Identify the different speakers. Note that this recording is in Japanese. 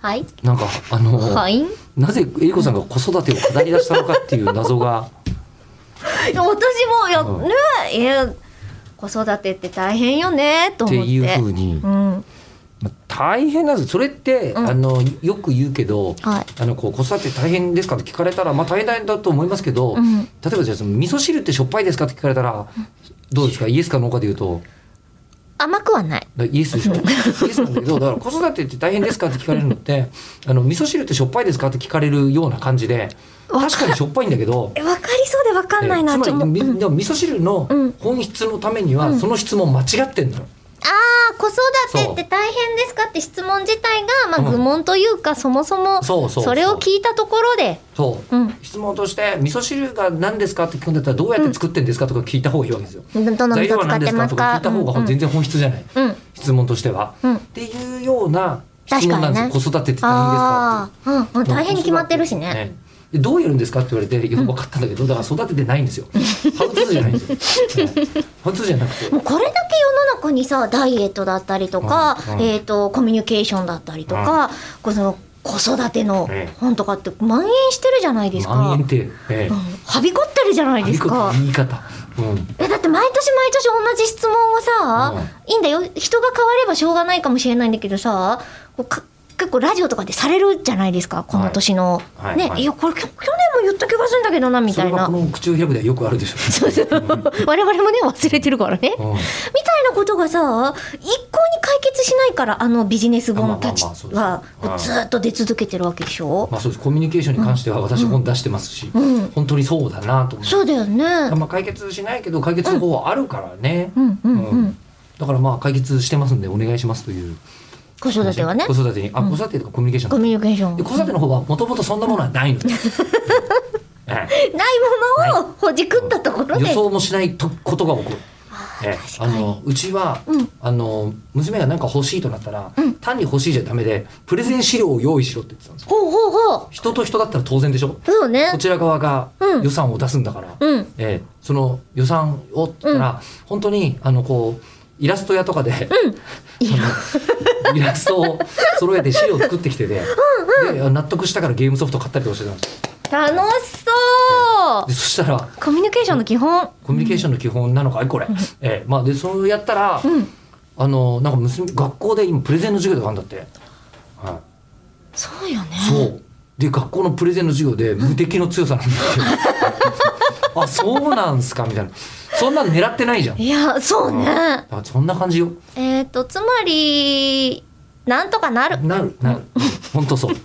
Speaker 1: はい
Speaker 2: なんかあの、
Speaker 1: はい
Speaker 2: なぜえりこさんが子育てを語り出したのかっていう謎が
Speaker 1: いや私もや
Speaker 2: うん
Speaker 1: ねいや子育てって大変よね と
Speaker 2: っ
Speaker 1: 思
Speaker 2: て
Speaker 1: って
Speaker 2: いうふうに、
Speaker 1: うん
Speaker 2: まあ大変なんですそれって、
Speaker 1: うん
Speaker 2: あのよく言うけど、
Speaker 1: はい
Speaker 2: あのこう子育て大変ですかって聞かれたら、まあ、大変だと思いますけど、
Speaker 1: うん
Speaker 2: 例えばじゃあその味噌汁ってしょっぱいですかって聞かれたら、どうですかイエスかノーかで言うと
Speaker 1: 甘くはない
Speaker 2: だイエスでしょイエスなんだけどだから子育てって大変ですかって聞かれるのってあの味噌汁ってしょっぱいですかって聞かれるような感じで確かにしょっぱいんだけど。
Speaker 1: えわかりそうでわかんないな、
Speaker 2: えー
Speaker 1: ち
Speaker 2: つ
Speaker 1: ょっ
Speaker 2: ま
Speaker 1: と
Speaker 2: りみ
Speaker 1: うん
Speaker 2: でも味噌汁の
Speaker 1: うん
Speaker 2: 本質のためには、その質問間違ってんのよ。
Speaker 1: ああ子育てって大変ですかって質問自体が、まあ、
Speaker 2: うん
Speaker 1: 愚問というか、そもそも
Speaker 2: そうそうそう
Speaker 1: それを聞いたところで
Speaker 2: そう
Speaker 1: うん
Speaker 2: 質問として味噌汁が何ですかって聞くんだったらどうやって作ってんですかとか聞いた方がいいわけですよ。
Speaker 1: どの
Speaker 2: 材
Speaker 1: 水
Speaker 2: 料
Speaker 1: を使
Speaker 2: は
Speaker 1: っ
Speaker 2: 何で
Speaker 1: て
Speaker 2: すか
Speaker 1: ま
Speaker 2: と
Speaker 1: す
Speaker 2: か聞
Speaker 1: か
Speaker 2: いた方が
Speaker 1: うん
Speaker 2: 全然本質じゃない、
Speaker 1: うん、うん
Speaker 2: 質問としては。
Speaker 1: うん
Speaker 2: っていうような質問なんですよ、子
Speaker 1: 確
Speaker 2: 育てって大変ですか
Speaker 1: ああー、うん、うん
Speaker 2: って
Speaker 1: 大変に決まってるしね。
Speaker 2: でどうやるんですかって言われてよく分かったんだけど、だから育ててない んですよ。ハウツーじゃないんですよ。はいハウツーじゃなくて
Speaker 1: もうこれだけ世の中にさダイエットだったりとか、
Speaker 2: うんうん
Speaker 1: えー、とコミュニケーションだったりとか、こうその子育ての
Speaker 2: ええ
Speaker 1: 本とかって蔓延してるじゃないですか、
Speaker 2: 万円って、ええ
Speaker 1: うんはびこってるじゃないですか
Speaker 2: あいいこと言い方。うん
Speaker 1: えだって毎年毎年同じ質問をさ、いいんだよ人が変わればしょうがないかもしれないんだけどさこうか結構ラジオとかでされるじゃないですかこの年の、
Speaker 2: はい
Speaker 1: ね、
Speaker 2: はいい
Speaker 1: やこれきょ去年も言った気がするんだけどなみ
Speaker 2: そ
Speaker 1: た
Speaker 2: れ
Speaker 1: い
Speaker 2: が
Speaker 1: な
Speaker 2: こ。の口を開くではよくあるでしょ。
Speaker 1: そうそう 我々もね忘れてるからね、み
Speaker 2: うん
Speaker 1: たいなことがさ一向に解決しないからあのビジネス本たち
Speaker 2: まあまあまあそうです
Speaker 1: は
Speaker 2: うん
Speaker 1: こうずっと出続けてるわけでしょ、
Speaker 2: まあそうです。コミュニケーションに関しては私本出してますし、
Speaker 1: うん
Speaker 2: 本当にそうだなと思って
Speaker 1: そうだよね
Speaker 2: まあ解決しないけど解決の方はあるからね。
Speaker 1: うんうんうん、
Speaker 2: うんだからまあ解決してますんでお願いしますという。
Speaker 1: 子育てはね
Speaker 2: 子育てに、あ、
Speaker 1: うん
Speaker 2: 子育てとかコミュニケーシ
Speaker 1: コ
Speaker 2: ョン。
Speaker 1: ミュニケーション
Speaker 2: で子育ての方はもともとそんなものはない ので。ええ
Speaker 1: ないものをほじくったところ
Speaker 2: 予
Speaker 1: で、
Speaker 2: 想もしないとことが起こる。
Speaker 1: あ
Speaker 2: ええ
Speaker 1: ー確
Speaker 2: あ
Speaker 1: かに
Speaker 2: のうちは、
Speaker 1: うん
Speaker 2: あの娘が何か欲しいとなったら、
Speaker 1: うん
Speaker 2: 単に欲しいじゃダメでプレゼン資料を用意しろって言ってたんですよ
Speaker 1: ほうほうほう
Speaker 2: 人と人だったら当然でしょ
Speaker 1: そうね
Speaker 2: こちら側が
Speaker 1: うん
Speaker 2: 予算を出すんだから、
Speaker 1: うん
Speaker 2: ええその予算をって言ったら、本当にあのこうイラスト屋とかで、
Speaker 1: いや
Speaker 2: イラストを揃えて資料を作ってきてて、で納得したからゲームソフト買ったりとかしてたんですよ
Speaker 1: 楽しそう
Speaker 2: でそしたら
Speaker 1: コミュニケーションの基本
Speaker 2: コミュニケーションの基本なのかいこれ、ええまあ、でそうやったら、
Speaker 1: うん
Speaker 2: あのなんか娘学校で今プレゼンの授業とかあるんだって、はい、
Speaker 1: そうよね
Speaker 2: そうで学校のプレゼンの授業で無敵の強さなんだってあそうなんすかみたいなそんなん狙ってないじゃん
Speaker 1: いやそうね、
Speaker 2: だからそんな感じよ
Speaker 1: えっ、とつまりなんとかなる
Speaker 2: なるなる本当そう